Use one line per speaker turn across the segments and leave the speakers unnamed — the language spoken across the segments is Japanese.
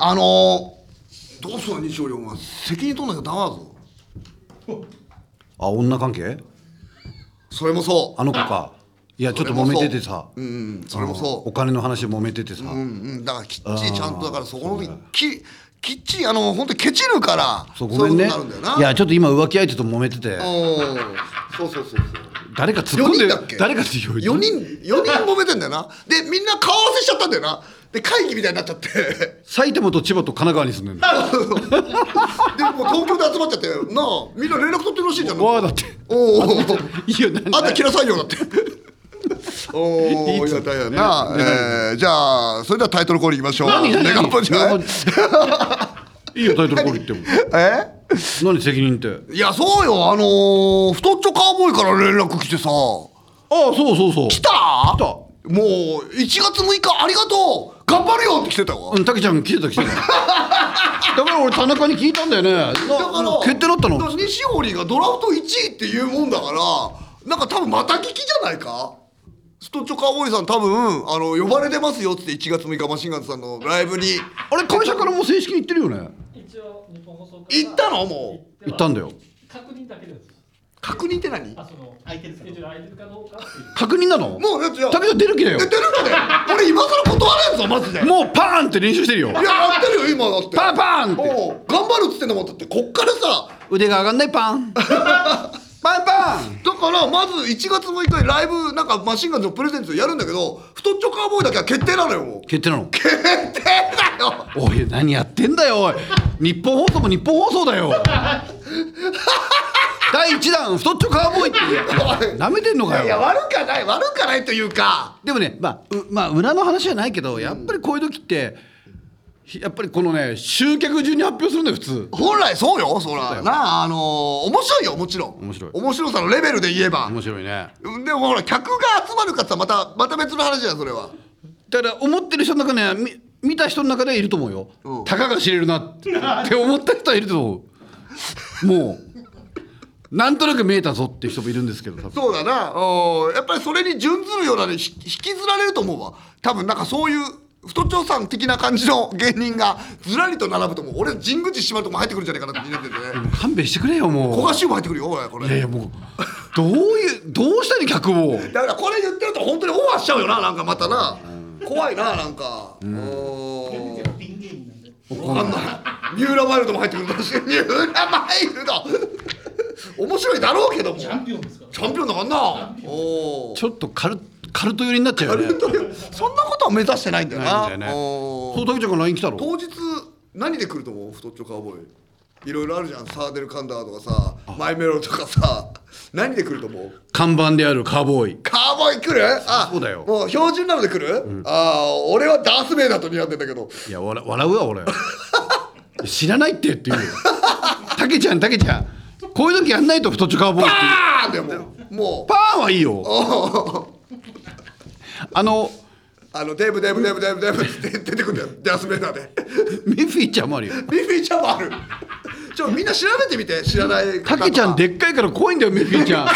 あのー、どうすんの西堀お前責任取んなきゃダメだぞ
あ女関係
それもそう
あの子かいやちょっと揉めててさ
うんうんそれもそう
お金の話揉めててさ、
うんうん、だからきっちりちゃんとだからそこのききっちりあの本当にケチるから
そうごめんね
そういうことになるんだよない
やちょっと今浮気相手と揉めてて
うんそうそうそうそう
誰か突っ込ん
四人
で
だっけ
誰かって言う
4人四人揉めてんだよなでみんな顔合わせしちゃったんだよなで会議みたいになっちゃってで
埼玉と千葉と神奈川に住んでんだ
もう東京で集まっちゃってなあみんな連絡取ってるらしいじゃん
わあだって
おお
いいよ何
あんた来なさいよだって おおやだよな、
ね
えーじゃあそれではタイトルコールいきましょう
何何
メガポじゃない
いいよタイトルコール言っても
え
何責任って
いやそうよあのー、太っちょカウボーイから連絡来てさ
ああそうそうそう
来た来
た
もう1月6日ありがとう頑張るよって来てたわ
うん、たけちゃん来てた 来てただから俺田中に聞いたんだよねだ
だから
決定だったの
だから西堀がドラフト1位っていうもんだからなんか多分また聞きじゃないか太っちょカウボーイさん多分あの呼ばれてますよっつって1月6日マシンガンズさんのライブに
あれ会社からもう正式に言ってるよね
一応日本放送から
行ったのもう
言ったんだよ
確認だけです
確認って何
あその空いてるスケジュール空いてるかどうかっていう
確認なの
もうだって
たけちゃん出る気だよ
出てるかね俺今更断れんぞマジで
もうパーンって練習してるよ
いややってるよ今だって
パンパンって
おう頑張るっつってんだもんだってこっからさ
腕が上がんないパンパンパン
だからまず1月6日にライブなんかマシンガンズのプレゼンツやるんだけど太っちょカーボーイだけは決定なのよ もう
決定なの
決定だよ
おい何やってんだよおい日本放送も日本放送だ よ第1弾太っちょカーボーイってなめてんの
い
か
や
よ
いや悪かない悪かないというか
でもね、まあ、うまあ裏の話じゃないけどやっぱりこういう時ってひやっぱりこのね集客順に発表するんだよ普通
本来そうよそ
だ
ら
よ
なああのー面白いよもちろん
面白い
面白さのレベルで言えば
面白いね
でもほら客が集まるかって言ったらまたまた別の話だよそれは
だから思ってる人の中ねみ見た人の中ではいると思うよ、
うん
たかが知れるなってって思った人はいると思うもうなんとなく見えたぞっていう人もいるんですけど多分
そうだなおーやっぱりそれに準ずるようなねひ引きずられると思うわ多分なんかそういう太長さん的な感じの芸人がずらりと並ぶともう俺神宮寺島とも入ってくるんじゃないかなって気になってるね
勘弁してくれよもう
古賀シも入ってくるよおいこれ
いやいやもうどういうどうしたに客を
だからこれ言ってると本当にオファーしちゃうよななんかまたな怖いななんかうーん
ピン芸人なんで
わかんない三浦マイルドも入ってくるだし三浦マイルド面白いだろうけどもチ
チャンピオンですから
ャンピオンだからなおー
ちょっとカルカルト寄りになっちゃうよね
そんなことは目指してないんだよ
な
ない
んだよね
おー
そうたけちゃんから LINE 来たろ
当日何で来ると思う太っちょカウボーイいろいろあるじゃんサーデルカンダーとかさマイメロとかさ何で来ると思う
看板であるカーボーイ
カウボーイ来るあ
そうだよ
もう標準なので来る、ああ俺はダース・ベイダーと似合ってんだけど
いや笑笑うわ俺知らないってって言うよたけちゃんたけちゃんこういう時やんないと太っちょカーボーイって
パ
いう
ーンでもうもう
パーンはいいよあの
あのデブデブデブデブデブって出てくるんだよダース・ベイダー で
ミッフィーちゃんもあるよ
ビビちゃんもあるちょみんな調べてみて知らない方
た
とか
け ちゃんでっかいから怖いんだよミッフィーちゃん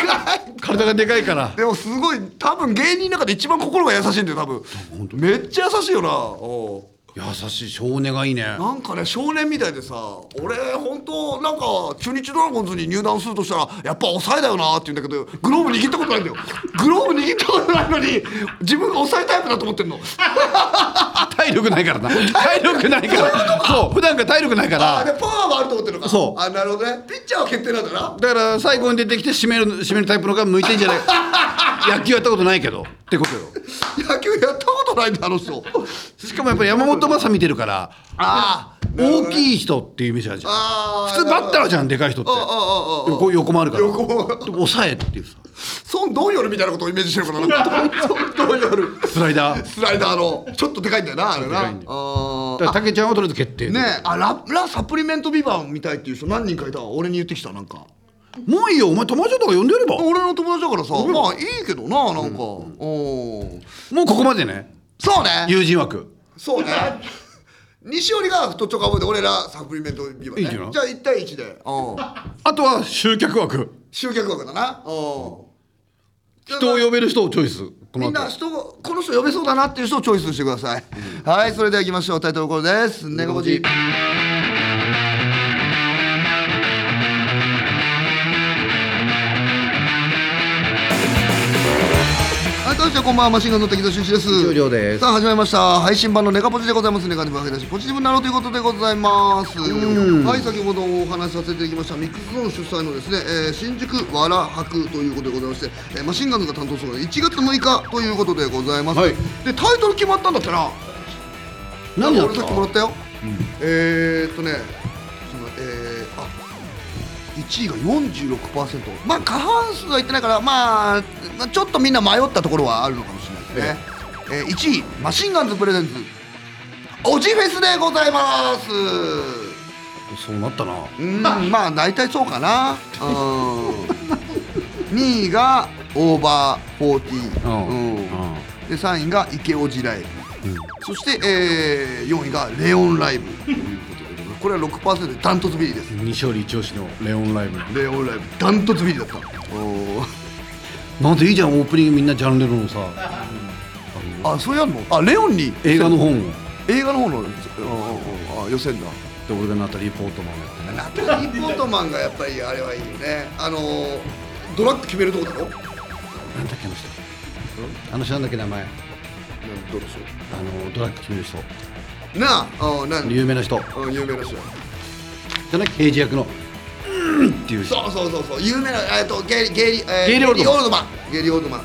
体がでかいから
でもすごい多分芸人の中で一番心が優しいんだよ多
本当
分めっちゃ優しいよなおう
優しい少年がいいね
なんかね少年みたいでさ俺本当なんか中日ドラゴンズに入団するとしたらやっぱ抑えだよなって言うんだけどグローブ握ったことないんだよグローブ握ったことないのに自分が抑えタイプだと思ってんの
体力ないからな体力ないからそう普段から体力ないか
あ
ら
でパワーもあると思ってるのか
そう
あなるほどねピッチャーは決定なんだな
だから最後に出てきて締める締めるタイプのが向いてんじゃない野球やったことないけどってことよ
野球やったことないんだあの人
しかもやっぱり山本昌見てるから
ああ
大
い
きい人っていうイメージあるじゃん
あ
普通バッタ
ー
ーじゃんでかい人って
ああああ
でもこういう横もあるから
横も
でも抑えっていうさ
孫ドンヨルみたいなことをイメージしてるから な孫ドンヨル
スライダー
スライダーのちょっとでかいんだよなあれな
でかいんだよ
あ
だ
ー
から竹ちゃんはとりあえず決定
ねえあララサプリメントビバンみたいっていう人何人かいたわ俺に言ってきたなんか
もういいよお前友達だから呼んでやればも
俺の友達だからさまあいいけどななんか、おー
うここまでね
そうね
友人枠
そうね 西織が太っちょかぶで俺らサプリメントビバン、ね、
いいじゃん
じゃあ1対1でうん
あとは集客枠
集客枠だなうん
人を呼べる人をチョイスこ
み
の
んな
後
人をこの人呼べそうだなっていう人をチョイスしてください、はいそれでは行きましょうタイトルコールです猫文字はい、どうもこんばんは、マシンガンの滝沢俊一です。
終了です
さあ、始まりました。配信版のネカポジでございます。ネカでも上げ出し、ポジティブになろうということでございます。
ん
はい、先ほどお話しさせていただきました、ミックスゾーン主催のですね、えー新宿わら博ということでございまして、えーマシンガンズが担当するのが1月6日ということでございます。
はい
で、タイトル決まったんだってな。
何だっ
俺
た
さっきもらったよ。えーっとね、そのえー、あ1位が46%まあ過半数は言ってないから、まあ、まあちょっとみんな迷ったところはあるのかもしれないですね、えー1位マシンガンズプレゼンツおじフェスでございます
そうなったな
うんまあ大体そうかなうん2位がオーバー40、
うん
うん
うん
で3位が池オジライブ、そして、え4位がレオンライブということでこれは6%でダントツビリです
西堀一押しのレオンライブ
レオンライブダントツビリだったお
なんていいじゃんオープニングみんなジャンルのさ
あそうやんのあレオンに
映画の本を
映画の方のああ予選だ
で俺がナタリー・ポートマンやってね
ナタリー・ポートマンがやっぱりあれはいいよねあのードラッグ決めるとこだろ
なんだっけあの人あの人なんだっけ名前あ
どうでしょ
のドラッグ決める人
うなああなん
有名な人
うん有名な人
じゃない刑事役のうんっていう人
そうそうそうそう有名なえっとゲリゲリ、え
ゲイリーオールドマン
マンゲイリーオールドマ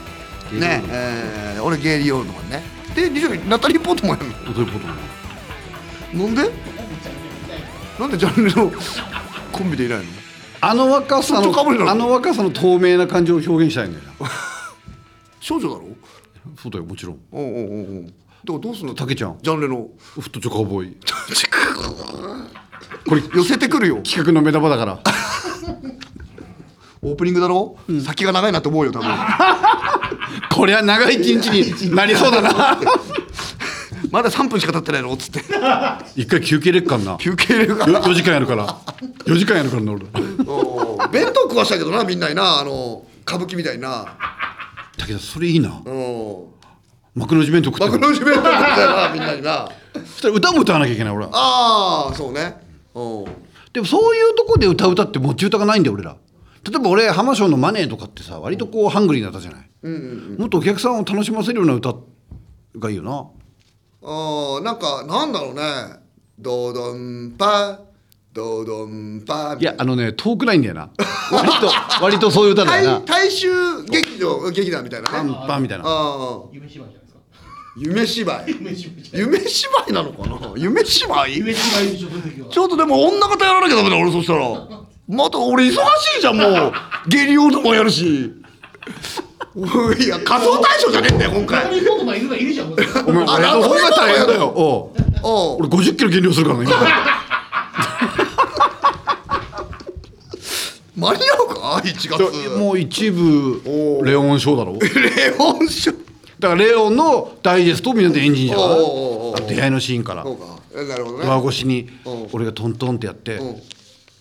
ゲ
ン
イリーオー
ね
ルドマ
えー、俺ゲイリーオールドマンねで二条ナタリー・ポートマンやん
どういうことなの
のなんでなんでジャンルのコンビでいないの
あの若さ
ちょっと被る
の
な
あの若さの透明な感情を表現したいんだよな
少女だろ
そうだよもちろん
おうおうおうおうだからどうすんの
たけちゃん
ジャンル の
フットチョカウボーイこれ
寄せてくるよ
企画の目玉だから
オープニングだろ、先が長いなと思うよ多 分
これは長い一日 になりそうだな
まだ3分しか経ってないのっつって
一回休憩レッカん な
休憩入れるか
4時間やるから4時間やるからな俺
おう弁当食わしたけどなみんなになあの歌舞伎みたいにな
だけどそれいいな
うん
幕の内弁当食って
幕
る
の内弁当食ったよなみんなにな
そしたら歌も歌わなきゃいけない俺は
ああそうねうん
でもそういうとこで歌う歌って持ち歌がないんだよ俺ら例えば俺浜松のマネーとかってさ割とこうハングリーな歌じゃない、もっとお客さんを楽しませるような歌がいいよな
あーなんかなんだろうねドドンパドドンパ
いやあのね遠くないんだよな割と割とそういう歌だよ
大
な
大衆劇場劇団みたいな
パ
ね
ンパンみたいな
ああ
夢芝居じゃないですか。
夢芝居
夢芝居じゃない。
夢芝居なのかな夢芝居
夢芝居でしょ、その時は。
ちょっとでも女方やらなきゃダメだ俺そしたらまた俺忙しいじゃんもう下痢用ともやるし いや仮装大賞じゃねえんだよ今
中
回
身コートマンいるはいるじゃん。本当に
お前
あ
俺
ラブ
の方
ホ
が大変だよおう
おう
俺50キロ減量するからね
間に合うか1月
今もう一部
おう
レオンショーだろ
レオン賞
だからレオンのダイジェストをみんなで演じんじゃん
おうおうおうおう
あの出会いのシーンから
そうかえなるほど
ドア
ね
越しに
うん
俺がトントンってやって
うん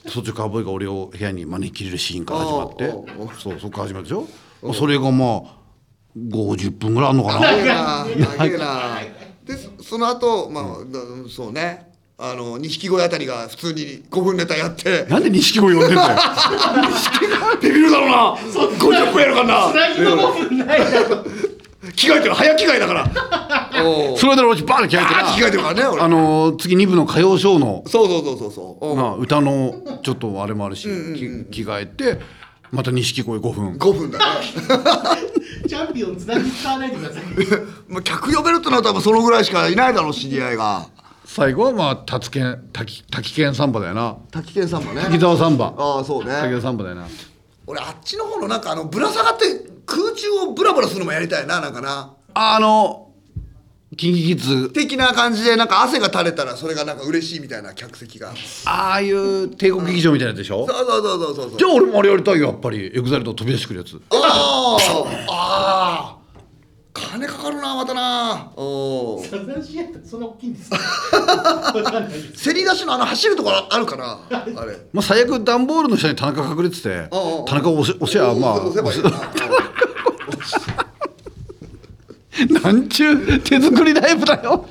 そっちカウボーイが俺を部屋に招き入れるシーンから始まって
うんうん
そうそっから始まるでしょまあそれがまあ50分ぐらいあんのかな
長えな長えなでそその後まあ、だそうねあの錦鯉あたりが普通に5分ネタやって
なんで錦鯉呼んでんだよ
ビビるだろうな50分やるから
つなぎの部分ないだろ。
着替えてる早着替えだからおう
それで俺バーンって着替えて
あ 着替えてるからね俺
あのー次2部の歌謡ショーの
そうそうそうそうそううん
まあ歌のちょっとあれもあるしき着替えてまた錦鯉5分
5分だね
チャンピオンつなぎ使わないでください。
まあ客呼べるってのは多分そのぐらいしかいないだろう知り合いが
最後はまあ滝健滝滝健サンバだよな
滝健さんもね
滝沢サンバ
ああそう
滝
ね
沢サンバだよな
俺あっちの方のなんかあのぶら下がって空中をブラブラするのもやりたいななんかな
あのキンキキッズ
的な感じでなんか汗が垂れたらそれがなんか嬉しいみたいな客席が
ああいう帝国劇場みたいなやつでしょ
そうそうそうそうそう
じ
そう
ゃあ俺もあれやりたいよやっぱりエグザイルと飛び出してくるやつ
あーあー金かかるなまたなおー
サザンシアターそんな大きいんですか。わかんないです。
せり出しのあの走るところあるかなあれ
まあ最悪段ボールの下に田中隠れてて
うんうん
田中を押せ押せやまあ
押せばいいな
なんちゅう手作りライブだよ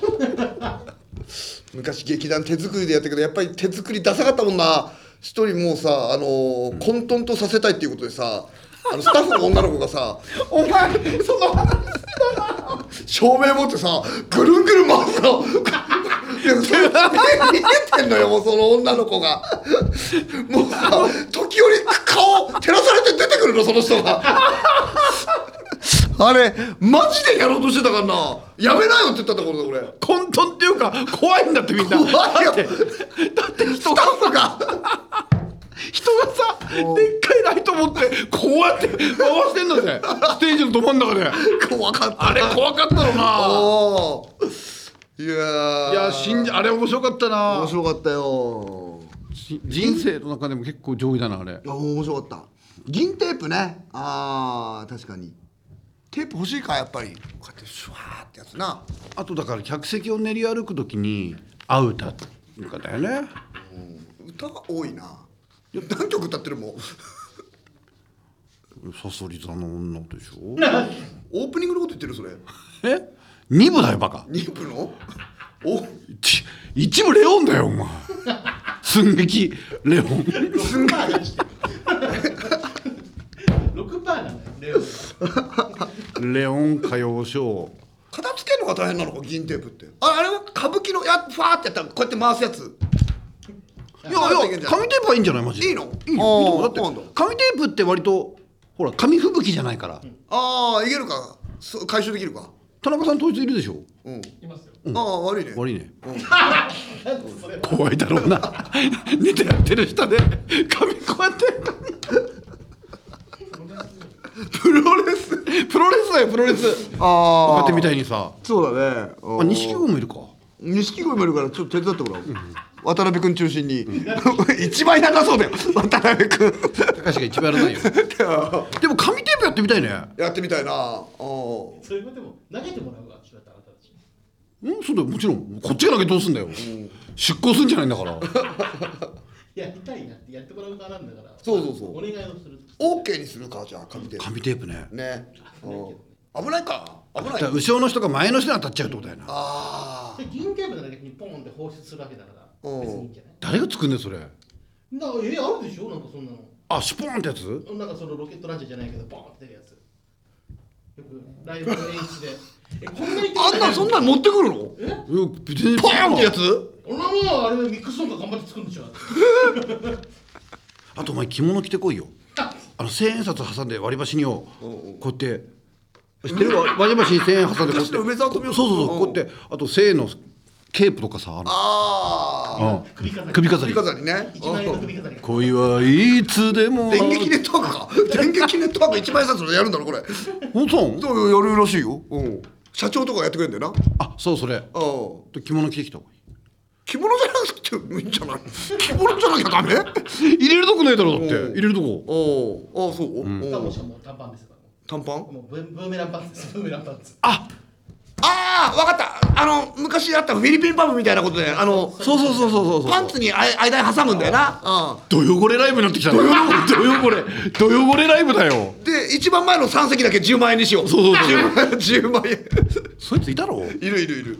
昔劇団手作りでやったけどやっぱり手作りダサかったもんな一人もうさあのー混沌とさせたいっていうことでさあのスタッフの女の子がさ
お前その
照明持ってさぐるんぐるん回すの いやそれ逃げてんのよもうその女の子がもうさ時折顔照らされて出てくるのその人があれマジでやろうとしてたからなやめなよって言ったところで俺
混沌っていうか怖いんだってみんな
怖いよ
だってだって人
スタ
が
ッフが
人がさでっかいライト持ってこうやって回してんだぜステージのど真ん中で
怖かった
あれ怖かったろな
おおいやー
いや死んじゃあれ面白かったな
面白かったよ
し人生の中でも結構上位だなあれ
いや面白かった銀テープねあー確かにテープ欲しいかやっぱりこうやってシュワーってやつな
あとだから客席を練り歩くときに合う歌とかだよね
歌が多いな何曲歌ってるもん
サソリ座の女でしょ
オープニングのこと言ってるそれ
え二部だよバカ
妊婦のお
一一部レオンだよお 前寸劇レオン
6%パー出してる。6%パーなんだよ、レオンが。
レオン歌謡ショー
片付けるのが大変なのか銀テープってああれは歌舞伎のやファーってやったらこうやって回すやつ
いやいや紙テープはいいんじゃないマジで
いいの
いい
あー
よだって
そうなんだ
紙テープって割とほら紙吹雪じゃないから、
ああいけるかそう回収できるか
田中さん統一いるでしょ
うん
いますよ。
ああ悪いね
悪いね
なんでそれ
怖いだろうな 寝てやってる下で紙こうやってプロレスプロレスだよプロレスこ
あ
うやってみたいにさ
そうだね
あ錦鯉もいるか
錦鯉もいるからちょっと手伝ってもらおう渡辺君中心に、 一番長そうだよ渡辺君
高橋が一番やらない よでも紙テープやってみたいね
やってみたいなお
それでも、投げてもらうわ、ちょっとあなたたちに。
うんそうだよもちろんこっちがだけどうすんだよ、出向するんじゃないんだから
やりたいなって、やってもらう側なんだから。
そうそうそう
お願いをする。
オーケーにするかじゃあ紙で
紙テープね
ねうん危ないか危
だ
ない
から後ろの人が前の人に当たっちゃうってことだよな
ああ
で、銀テープなら逆にポンって放出するわけだから。
うん
別にいいんじゃない
誰が作んねんそれ
なんか、え、あるでしょなんかそんなの。
あシュポーンってやつ
なんかそのロケットランチャーじゃないけど、ポンって出るやつ。よく、ライブの演出で。え、こんなに
あんなそんなの持ってくるの
うん全然
パーンってやつ
俺はもう、あれ、ミックスソング頑張って作るんでしょ。
あとお前着物着てこいよあの千円札挟んで割り箸によこうやって知ってる割り箸に千円挟んでこうやっ
昔の
て
梅沢富美男
そうそうそううんこうやってあと千円のケープとかさあの
ああ
あ
首飾り
首飾り
首飾りね
一万円の首飾り。
恋はいつでも
電撃ネットワークか電撃ネットワーク一番最初でやるんだろこれ
本当
そうやるらしいようん社長とかやってくれるんだよな
あそうそれ
うん
着物着てきた方がい
着物じゃなくてもいいんじゃない着物じゃなきゃダメ
い入れるとこないだろだって
うん
入れるとこ
おおあそう、
多分
お
しかも短パンですから。
短パン
もうブーブーメランパンツです。ブーメランパンツ。
あ
ああわかったあの昔あったフィリピンパブみたいなことであの
そうそうそうそうそうそう
パンツにあい間に挟むんだよな、
ど汚れライブになってきたど汚れど汚れライブだよ
うん、で一番前の3席だけ10万円にしよう
そうそうそう
10万円
そいついたろ
いるいるいる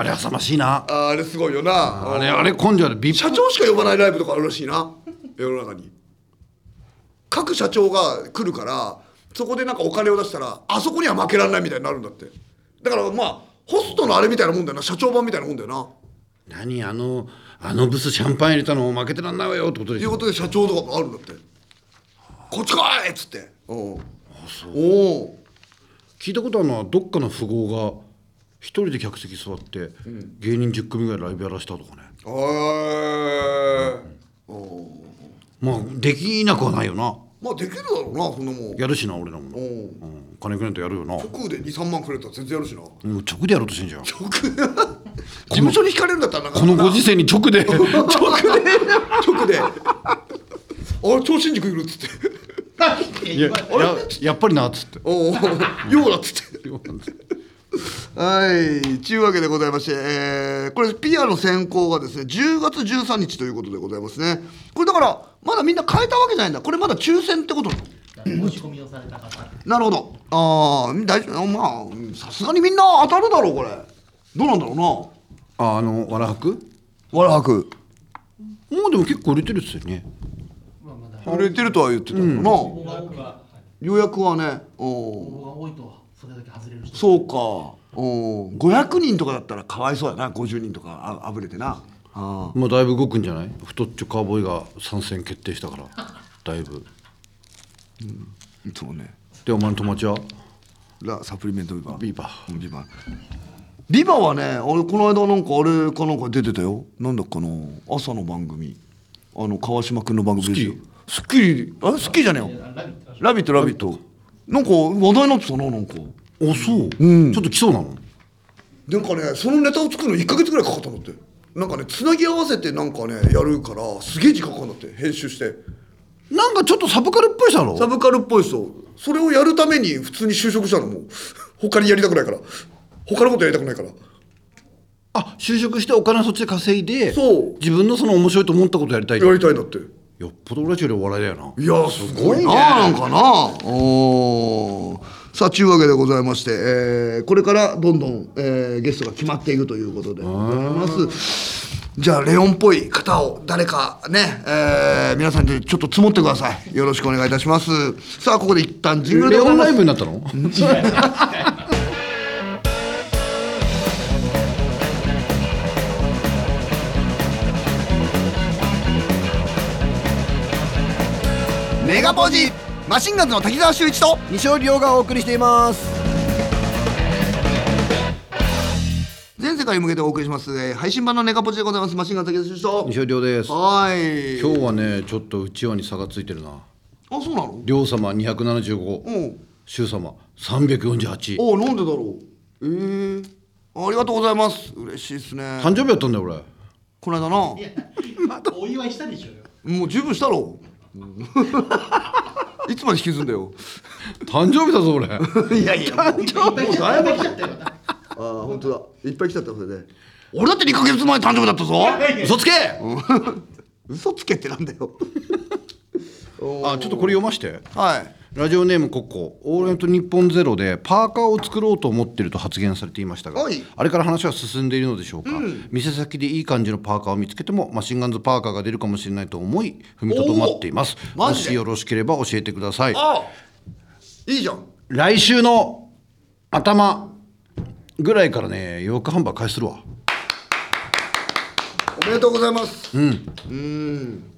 あれ浅ましいな
あーあれすごいよな
あれあれ根性あるビッ
社長しか呼ばないライブとかあるらしいな世の中に各社長が来るからそこでなんかお金を出したらあそこには負けられないみたいになるんだってだからまあホストのあれみたいなもんだよな社長版みたいなもんだよな
何あのあのブスシャンパン入れたの負けてらんないわよってこと
と
で
い
し
う
ょ
ことで社長とかもあるんだってこっち来いっつっておうおう
聞いたことあるのはどっかの富豪が一人で客席座って、芸人10組ぐらいライブやらしたとかね
へえおう
まあできなくはないよな
まあできるだろうなそんなもん
やるしな俺らもな、
お
うん、
う
金くれんとやるよなも
直で23万くれたら全然やるしな
う直でやろうとしてんじゃんこ
直事務所に引かれるんだったらなかなか
のご時世に直で直で
直で「あれ超新塾いる」っつって
いやややっぱりなっつって
「おおようだ」っつってはいちゅうわけでございまして、えーこれピアの選考がですね10月13日ということでございますねこれだからまだみんな変えたわけじゃないんだこれまだ抽選ってことなの
持ち込みをされた方
なるほどああ大丈夫まあうんさすがにみんな当たるだろうこれどうなんだろうな
ああのわらはく
わらはく
もうでも結構売れてるっすよね
まあまだ
売れてるとは言ってたけどな、
応募が多くは
予約はねお
応募が多いとそれだけ外れる人
そうかお500人とかだったらかわいそうやな50人とかああぶれてなあ
まあだいぶ動くんじゃない太っちょカーボーイが参戦決定したからだいぶ
ーそうね
でお前の友達は
ラサプリメントビバ
ビバ
うんビバビバはね俺この間なんかあれかなんか出てたよなんだっけかな朝の番組あの川島君の番組ですよスッキリあれスッキリじゃねえよ
あラビット
ラビットラビットなんか話題になってたななんか
あそう、
うん
ちょっと来そうなの
なんかねそのネタを作るの1か月ぐらいかかったんだってなんかねつなぎ合わせてなんかねやるからすげえ時間かかるんだって編集して
なんかちょっとサブカルっぽいしたろ
サブカルっぽい人それをやるために普通に就職したのもう他にやりたくないから他のことやりたくないから
あ就職してお金そっちで稼いで
そう
自分のその面白いと思ったことやりたい
やりたいんだって
よっぽど俺たちよりお笑いだよない
やーすごい
すごいね
ななんかなおーさあちゅうわけでございまして、えーこれからどんどん、えーゲストが決まっていくということでございますじゃあレオンっぽい方を誰かね、えー皆さんでちょっと積もってくださいよろしくお願いいたしますさあここで一旦ジングルで
レ
ござ
オ
い
ン
ま
ライ
す
ブになったの
メガポージマシンガンズの滝沢秀一と
西尾亮がお送りしています
全世界に向けてお送りします、えー配信版のネガポジでございますマシンガンズ滝沢秀一
西尾亮です
とはーい
今日はねちょっとうちわに差がついてるな
あそうなの
亮様275
うん
周様348
おなんでだろうええありがとうございます嬉しいですね
誕生日やったんだよ俺
この間なも
いやお祝いしたでしょうよ
う十分したろ いつまで引きずんだよ
誕生日だ ぞ俺
いやいやもう
いっぱい来ちゃったいっぱい来ちゃったよ
あー本当だいっぱい来ちゃったそれで俺だって2ヶ月前誕生日だったぞ
嘘つけ
嘘つけってなんだ よ
あちょっとこれ読まして
はい
ラジオネームコッコオールナイトニッポンゼロでパーカーを作ろうと思っていると発言されていましたが
はい
あれから話は進んでいるのでしょうか、店先でいい感じのパーカーを見つけてもマシンガンズパーカーが出るかもしれないと思い踏みとどまっています
おーマ
も
ジで
しよろしければ教えてください
あいいじゃん
来週の頭ぐらいからね洋服販売開始するわ
おめでとうございます、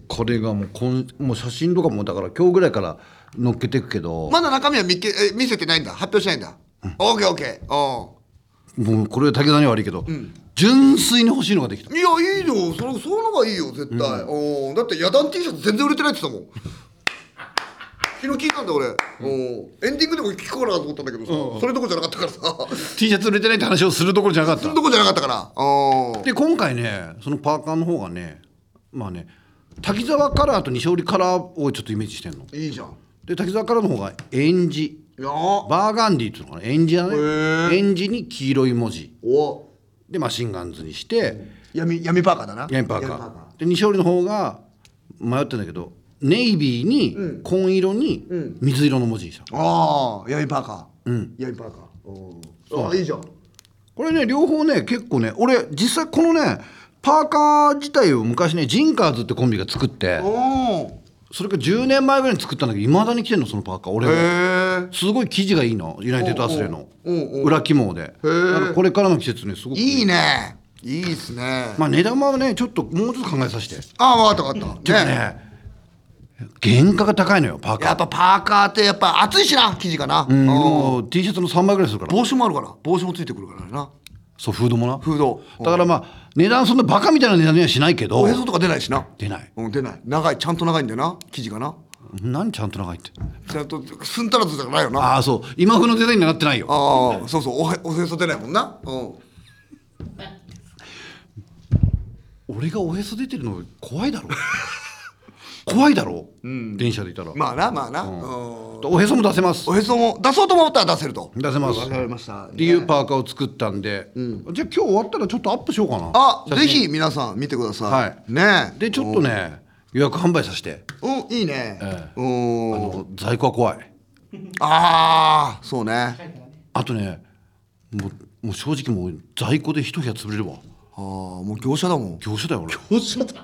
これがもうこんもう写真とかもだから今日ぐらいから載っけていくけど、
まだ中身は見っけえ見せてないんだ発表しないんだ、オーケーオーケーお
もうこれは武田には悪いけど、純粋に欲しいのができた
いやいいよそのそういうのがいいよ絶対、うん、だって野団 T シャツ全然売れてないって言ってたもん昨日聞いたんだ俺、うん、エンディングでも聞こうかなと思ったんだけどさ、それどころじゃなかったからさ
T シャツ売れてないって話をするところじゃなかっ
そ
た
れどころじゃなかったからうん
で今回ねそのパーカーの方がねまあね滝沢カラーと西織カラーをちょっとイメージしてんの
いいじゃん
で滝沢カラーの方がエンジ
いやー
バーガンディっていうのかなエンジだね
へー
エンジに黄色い文字
お
でマシンガンズにして
闇闇パーカーだな
ヤンパーカーで西織の方が迷ってんだけどネイビーに紺色に水色の文字にした
ああ闇パーカーうん闇パーカーおーあーいいじゃん
これね両方ね結構ね俺実際このねパーカー自体を昔ねジンカーズってコンビが作って
おー
それが10年前ぐらいに作ったんだけどいまだに着てんのそのパーカー俺
へ
は
え
すごい生地がいいのユナイテッドアスレの
おうおうおうおう
裏起毛で
ー
なんかこれからの季節ねすごく
いいねいいっすね、
まあ値段はねちょっともうちょっと考えさせて
ああ分かった分かった
ちょっとね原価が高いのよパーカ
やっぱパーカーってやっぱ暑いしな生地かな、
ーうん
うん
もう T シャツの3倍ぐらいするから
帽子もあるから帽子もついてくるからな
そうフードもな
フード
だからまあ値段そんなバカみたいな値段にはしないけど
おへそとか出ないしな
出ない
うん出ない長いちゃんと長いんだよな生地がな
何ちゃんと長いって
ちゃんとすんたらずじゃないよなあ
ああそう今風のデザインにはなってないよ
あそうそうおへおへそ出ないもんなうん
俺がおへそ出てるの怖いだろ 怖いだろ、電車でいたら、
まあなまあな、うん
おへそも出せます
おへそも出そうと思ったら出せると
出せます
わかりました
っていうパーカーを作ったんで、じゃあ今日終わったらちょっとアップしようかな
あ
写真
ぜひ皆さん見てください、
はい
ねえ
でちょっとね予約販売させて
うんいいね、
え
うー
あ
ん
の在庫は怖い
ああそうね
高いからね
あとねもうもう正直もう在庫で一部屋潰れれば
ああもう業者だもん
業者だよ俺っ
業者だ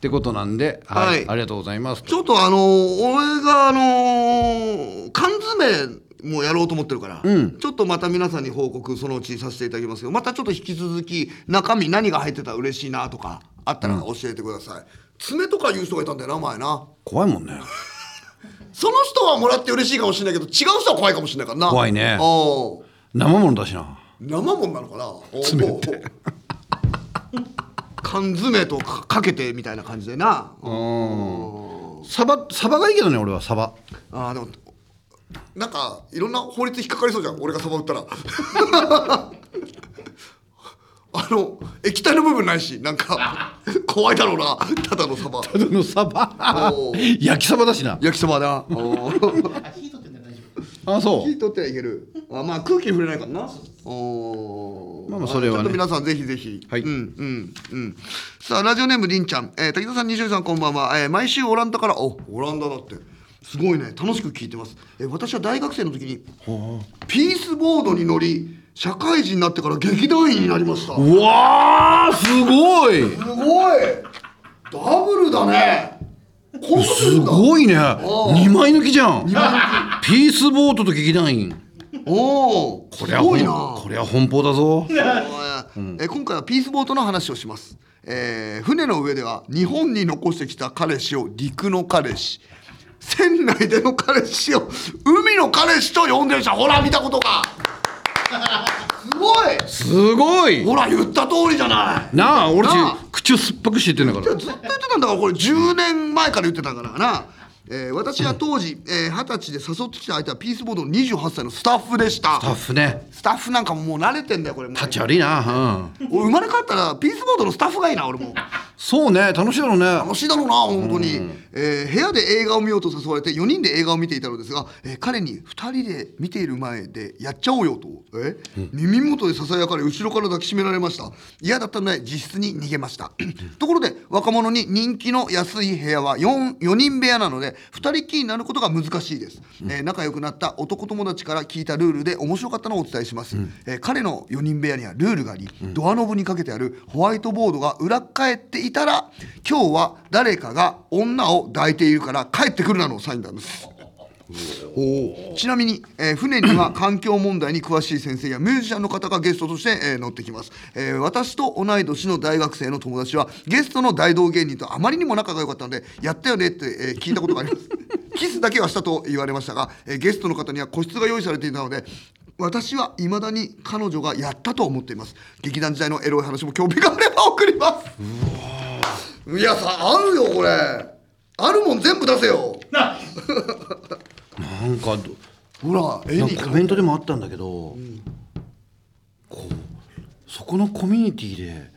てことなんで、はい
はい
ありがとうございます
ちょっとあのー俺があのー缶詰もやろうと思ってるから、ちょっとまた皆さんに報告そのうちさせていただきますよまたちょっと引き続き中身何が入ってたら嬉しいなとかあったら教えてください、爪とか言う人がいたんだよな前な
怖いもんね
その人はもらって嬉しいかもしれないけど違う人は怖いかもしれないからな
怖いね
おう
生ものだしな
生もんなのかな爪って 缶詰とかかけてみたいな感じでな
サバサバがいいけどね俺はサバ
ああでもなんかいろんな法律引っかかりそうじゃん俺がサバ売ったら あの液体の部分ないしなんか 怖いだろうなただのサバ
ただのサバ
おー
焼きサバだしな
焼きそば だ
あ火取ってんだよ大丈
あそ
火取ってはいけるあまあ空気に触れないからなおー
まあまあそれ
ち
はね
ょっと皆さんぜひぜひ
はい
うんうんうんさあラジオネームりんちゃん、えー、滝田さん西尾さんこんばんは、えー毎週オランダからおオランダだってすごいね楽しく聞いてます、えー私は大学生の時にピースボードに乗り社会人になってから劇団員になりましたす
うわーすごい
ごいダブルだねこんなす
すごいね
おー
2枚抜きじゃんピースボートと劇団員
おお
こ
こ
れ
れ
は
すごい
本
な
これは奔放だぞ
えー今回はピースボートの話をします、えー船の上では日本に残してきた彼氏を陸の彼氏船内での彼氏を海の彼氏と呼んでる人ほら見たことかすごい
すごい
ほら言った通りじゃない
なあ俺たち
なあ
口を酸っぱくして言ってんだ
ずっ
か
と言ってたんだからこれ10年前から言ってたからな、えー私は当時えー二十、歳で誘ってきた相手はピースボードの28歳のスタッフでした
らタフね
スタッフなんかももう慣れてんだよこれもう
立ち悪いなうん
俺生まれ変わったらピースボードのスタッフがいいな俺もう
そうね楽しいだろうね
楽しいだろうな本当に、えー部屋で映画を見ようと誘われて4人で映画を見ていたのですが、えー彼に2人で見ている前でやっちゃおうよと、え耳元でささやかれ後ろから抱きしめられました嫌だったので実質に逃げましたところで若者に人気の安い部屋は 4, 4人部屋なので2人きりになることが難しいです、えー仲良くなった男友達から聞いたルールで面白かったのをお伝えします、えー彼の4人部屋にはルールがあり、ドアノブにかけてあるホワイトボードが裏返っていたら今日は誰かが女を抱いているから帰ってくるなのサインなんですちなみに、えー船には環境問題に詳しい先生やミュージシャンの方がゲストとして、えー乗ってきます、えー私と同い年の大学生の友達はゲストの大道芸人とあまりにも仲が良かったので「やったよね」って、えー聞いたことがあります キスだけはしたと言われましたが、えーゲストの方には個室が用意されていたので私は未だに彼女がやったと思っています劇団時代のエロい話も興味があれば送りますいやさあるよこれあるもん全部出せよ
なんかど
ほら絵
なん
に
か
描
コ
い
メントでもあったんだけど、こうそこのコミュニティで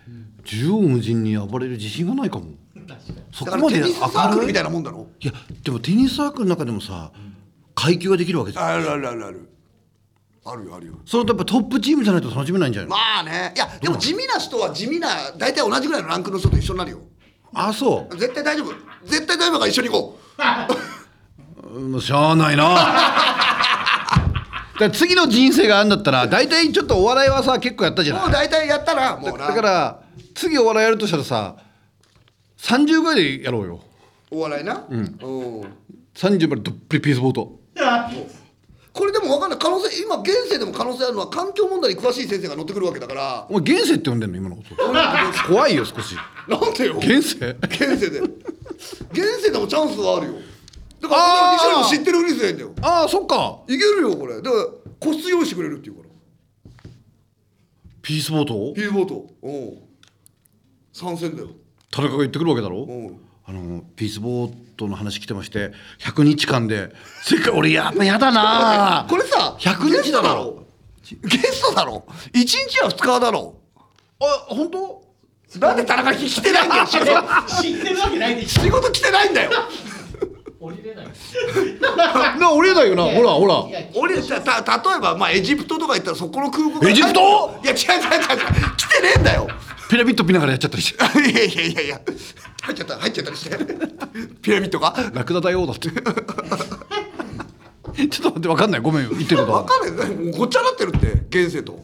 縦横無尽に暴れる自信がないかも
夫確かに
そ
だか
こ
ら
ま
テ
で
ニスサーク
明
ル
る
み
い
たいなもんだろ
いやでもテニスサークルの中でもさ階級ができるわけじゃん
あるあるあるあるあるよあるよ
それとやっぱトップチームじゃないと楽しめないんじゃないの、
まあねいやでも地味な人は地味な大体同じぐらいのランクの人と一緒になるよ
あそ
絶対大丈夫絶対大丈夫だから一緒に行こ
ううんしゃあない なだから次の人生があるんだったら大体ちょっとお笑いはさ結構やったじ
う
ゃ
も
な
う
い
大体やったらもうな
だから次お笑いやるとしたらさ30ぐらいでやろうよ
お笑いなうん
30までどっぷりピースボート
これでも分かんない可能性今現世でも可能性あるのは環境問題に詳しい先生が乗ってくるわけだから
お前現世って呼んでんの今のこと怖いよ少し
なんでよ
現世
現世で現世でもチャンスはあるよだから
あー
一緒にも知ってるふりすりゃいいんだよ
ああそっか
いけるよこれだから個室用意してくれるっていうから
ピースボートを
ヒーボートうん参戦だよ
田中が言ってくるわけだろ
うん
あのピースボートの話来てまして100日間で世界俺やっぱやだな
これさ
100
ゲスト
日だ
だ
ろ
ろゲストだろ1日は2日だろ
あ本当
なんで田中来てないんだよ仕事
死んでるわけないでし ょ
仕事来てないんだよ
降りれない
な俺だよなほらほ
いや
ら
俺たた例えばまあエジプトとか行ったらそこの空港から
エジプト
いや違う違う違う違う来てねえんだよ
ピラミッド見ながらやっちゃったりして
いやいやいやいや入っちゃった入っちゃったりしてピラミッドが
ラクダだよだって ちょっと待って分かんないごめん言ってること
分
は
かんないもうごっちゃになってるって現世と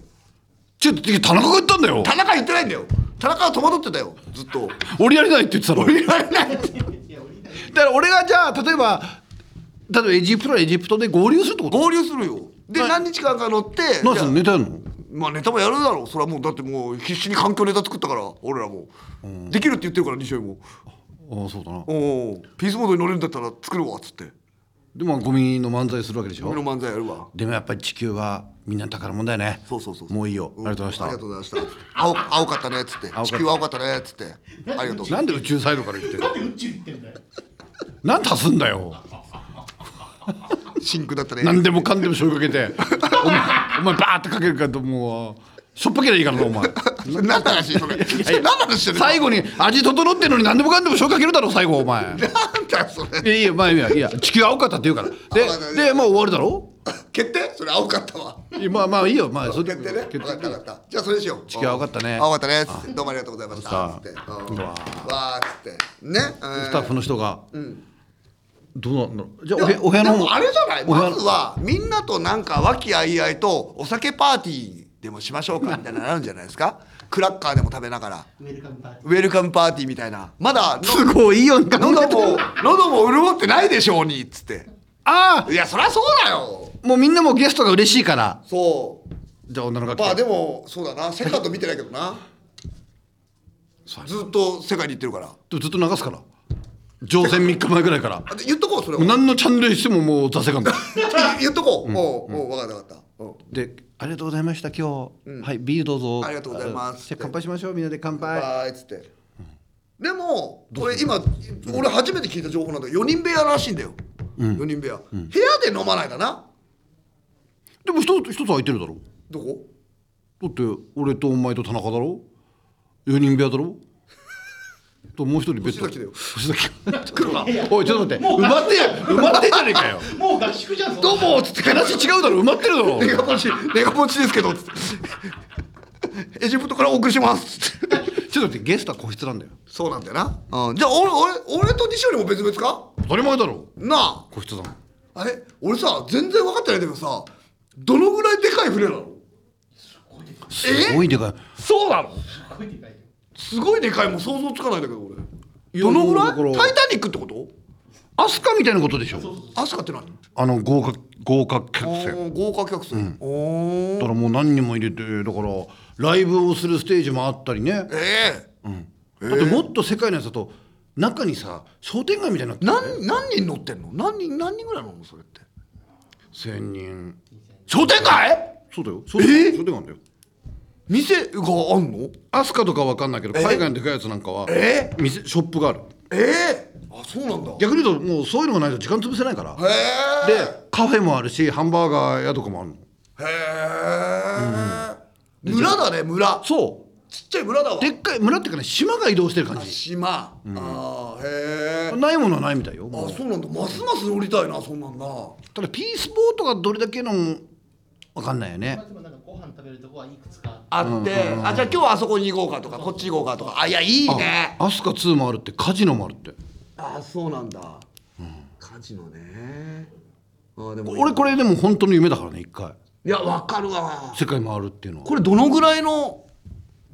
ちょっと田中が言ったんだよ
田中言ってないんだよ田中は戸惑ってたよずっ と
俺やりないって言ってたの
言われない
いや、降りない。
だから俺がじゃあ例えば例えばエジプトはエジプトで合流するってこと
合流するよで
はい
何日間か乗って
何
じゃ
そ
あ
のネタやんの
まあネタもやるだろうそれはもうだってもう必死に環境ネタ作ったから俺らも、できるって言ってるから西尾も
ああそうだな
おおピースモードに乗れるんだったら作るわっつって
でもゴミの漫才するわけでし
俺
ょ
の漫才やるわ
でもやっぱり地球はみんな宝物だよね
そうそうそう
もういいよ、
ん
ありがとうござ
あ
い
り
ま
が
し
とうございました青青かったねっつって
かった
地球青かったねっつってありがとう
たなんで宇宙サイドから言ってる
なんで宇宙行ってんだよ。
なん足すんだよ
真空だったね
何でもかんでも醤油かけてお前お前バーってかけるかともうしょっぱけりゃいいからなお前
何の話それ何の話してる
最後に味整ってんのに何でもかんでも醤油かけるだろ最後お前
なんだよそれ
いやいやまあいやいや地球青かったって言うから
青かった
ででまあ終わるだろ
決定それ青かったわ
いやまあまあいいよまあそれ
決定ね分
決
かった分かったじゃあそれにしよう地
球青かったね
青かったねっつってどうもありがとうございました
さあ
つってうん
うわ
わーっつってね
スタッフの人が、どうなんだろうじゃあお
い
部
や
お部屋の
でもあれじゃない
お部屋
まずはみんなとなんか和気あいあいとお酒パーティーでもしましょうかみたいなのなるんじゃないですかクラッカーでも食べながら
ウェルカムパーティー。
ウェルカムパーティーみたいなまだ
すごいいいよ
の喉も喉も潤ってないでしょうにっつって
あ
いやそりゃそうだよ
あもうみんなもゲストが嬉しいから
そう
じゃあ女の子が来て、
まあでもそうだなセカンド見てないけどな
そ
ずっと世界に行ってるから
ずっと流すから乗船3日前ぐらいから
あで言っとこうそれを
もう何のチャンネルにしてももう座席 感だ
言っとこうおうおう分かった分かったうん
でありがとうございました今日、はいビールどうぞ
ありがとうございます
じゃあ乾杯しましょうみんなで乾杯
バーイっつってでも俺今俺初めて聞いた情報なんだけど4人部屋らしいんだよ4人部屋部屋で飲まないだな
でも一つ一つ空いてるだろ
どこ
だって俺とお前と田中だろ4人部屋だろともう一人別途
星崎だよ
星崎おいちょっと待って埋まって埋まってんじゃねえかよ
もう合宿じゃん。そんな
どうもつって話違うだろ埋まってるだろ
ネガポチネガポチですけどつって エジプトからお送りしますつって
ちょっと待ってゲストは個室なんだよ
そうなんだよな、うん、じゃあ俺俺俺と西よりも別々か
当たり前だろ
なあ
個室だもん
あれ俺さ全然分かってないんだけどさどのぐらいでかい船なの
すごいでかい
そうなの
すごいでかいよ。
すごいでかいもん想像つかないんだけど俺どのぐらい
だから
タイタニックってこと
アスカみたいなことでしょ
アスカって何
あの豪華豪華客
お
船
ー豪華客船、お
だ
ー
からもう何人も入れてだからライブをするステージもあったりね
ええ
だってもっと世界のやつだと中にさ商店街みたいになってる
何何人乗ってんの何人何人ぐらいなのそれって
千人
商店街
そうだよ商店商店街なんだよ
店があんの
アスカとかわかんないけど
え
海外のでかいやつなんかは
え
店ショップがある
えええあそうなんだ
逆に言うともうそういうのがないと時間潰せないから
へえ
でカフェもあるしハンバーガー屋とかもあるの
へえ、村だね村
そ
ちっちゃい村だわ
うでっかい村っていうかね島が移動してる感じ
島、ああへえ
ないものはないみたいよ
あ
もう
そうなんだますます乗りたいなそんなんな
ただピースボートがどれだけのわかんないよね
まあでもなんかご飯食べるとこはいくつかあって。
あって、あじゃあ今日はあそこに行こうかとかこっち行こうかとかあいやいいね
あアスカ2もあるってカジノもあるって
あそうなんだ、カジノねあでも
俺これでも本当の夢だからね一回
いやわかるわ
世界回るっていうのは
これどのぐらいの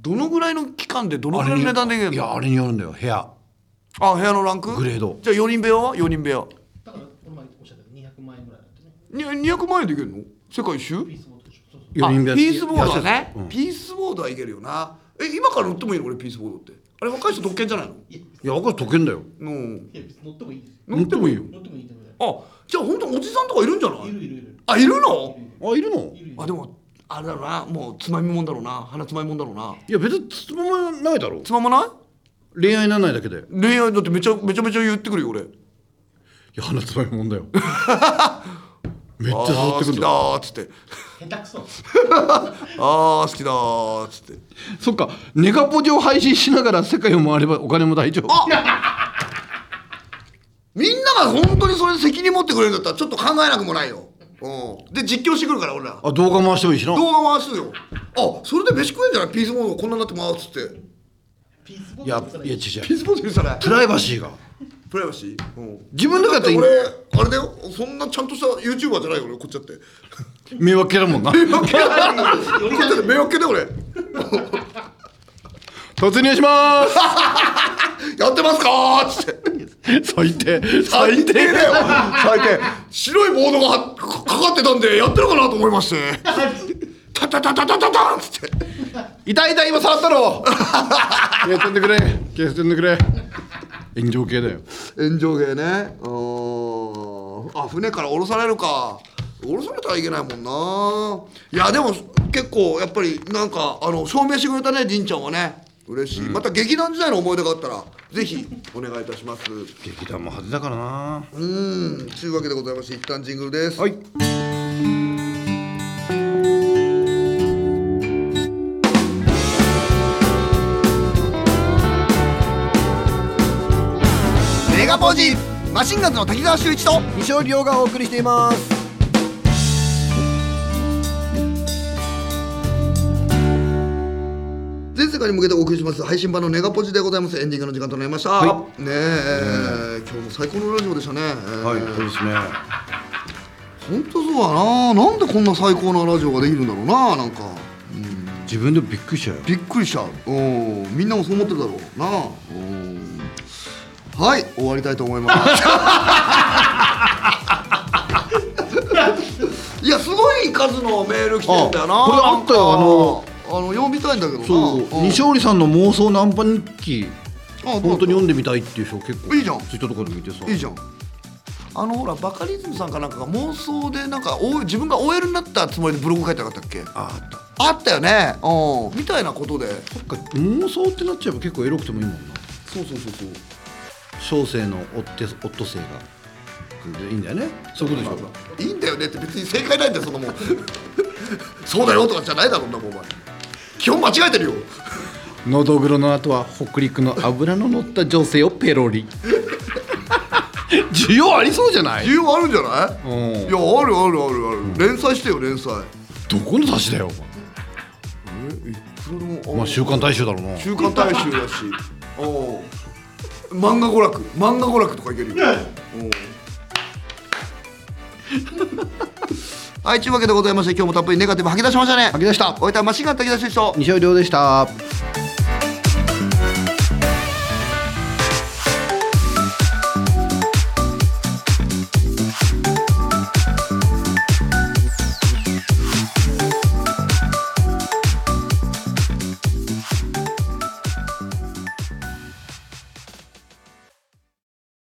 どのぐらいの期間でどのぐらいの値段でいける
いや
の
あれによるんだよ部屋
あ部屋のランク
グレード
じゃあ4人部屋は4人部屋
だから、この前おっしゃったけど、200万円ぐらいだってね。
に200万円でいけるの世界一周
ピースボートでしょ。そうそう。
四人部屋
あピースボードは
安いや
ね、
つうん
ピースボードはいけるよなえ今から乗ってもいいの俺ピースボードってあれ若い人特権じゃないの
いや、
いや分かる溶けんだよ
うん
いや別に乗ってもいいですよ。
乗ってもいいよ
乗ってもいいってことだよ。
あじゃあ本当おじさんとかいるんじゃない
いるいるいる。
あいるの
あいるの
いるいる。
あでもあれだろうなもうつまみもんだろうな鼻つまみもんだろうない
や別につままないだろ
つままない
恋愛にならないだけでい
恋愛だってめちゃめちゃめちゃ言ってくるよ俺めっ
や鼻つまみもんだ よめっちゃ触
好
ってく
き
る
だ
だ
ーっつって
下手くそ。
あー好きだーっつって
そっかネガポジを配信しながら世界を回ればお金も大丈夫
あみんなが本当にそれで責任持ってくれるんだったらちょっと考えなくもないよ、うん、で実況してくるから俺ら
あ動画回してもいいしな
動画回してるよあそれで飯食えんじゃないピースモードこんなになって回すって
ピースボ
いや
ール
いや違う違
ピ
う
ースボールにしたら
プライバシーが
プライバシー、うん、
自分の
だ
中
っ
で
て俺あれだよそんなちゃんとした YouTuber じゃないよ俺こっちだって
迷惑系 だもんな
こっちだって迷惑系だよ俺
突入しま
やってますかーっつって
ーす 最低
最
最
低
低
だよ最低白いボードがはかかかってたんでやってるかなと思いましてタタタタタタタンっつって
痛い痛い今触ったろ消してんでくれ消してんでくれ炎上系だよ
炎上芸ねうーんあ船から降ろされるか降ろされたらいけないもんないやでも結構やっぱりなんかあの証明してくれたね凛ちゃんはね嬉しい、また劇団時代の思い出があったらぜひお願いいたします
劇団も派手だからな
うーんというわけでございまして一旦ジングルです、
はい
メガポージマシンガンズの滝沢秀一と
西尾亮がお送りしています
全世界に向けてお送りします配信版のネガポジでございますエンディングの時間となりました、ねえ、今日も最高のラジオでしたね、
はい
え
そう
ー
ですね
本当そうだななんでこんな最高なラジオができるんだろうななんか
自分でもびっくりしたよ
びっくりしたうんみんなもそう思ってるだろうなうんはい終わりたいと思います いやすごい数のメール来てんだよな
あこれあったよあの
あの読みたいんだけどな
そう西織さんの妄想のアンパン日記本当に読んでみたいっていう人結構
いいじゃん
ツイッターとかで見てさ
いいじゃんあのほらバカリズムさんかなんかが妄想でなんかお自分が OL になったつもりでブログ書いてなかったっけあ
ああった
ったよねうんみたいなことで
なんか妄想ってなっちゃえば結構エロくてもいいもんな
そうそうそうそう
小生のおってオットセイがでいいんだよねそういうことでしょ
いいんだよねって別に正解ないん だよそのもうそうだよとかじゃないだろうなもうお前基本間違えてるよ
のどぐろの後は北陸の脂の乗った女性をペロリ 需要ありそうじゃない
理由はあるんじゃない、
うん
いやあるあるあるある、連載してよ連載
どこの雑誌だよ
えいくらでもあの
お前まあ週刊大衆だろうな
週刊大衆だしおう漫画娯楽漫画娯楽とかいけるよ、おうはいというわけでございまして今日もたっぷりネガティブ吐き出しましたね
吐き出した
おいたマシンガン滝出しでしょ
西尾亮でした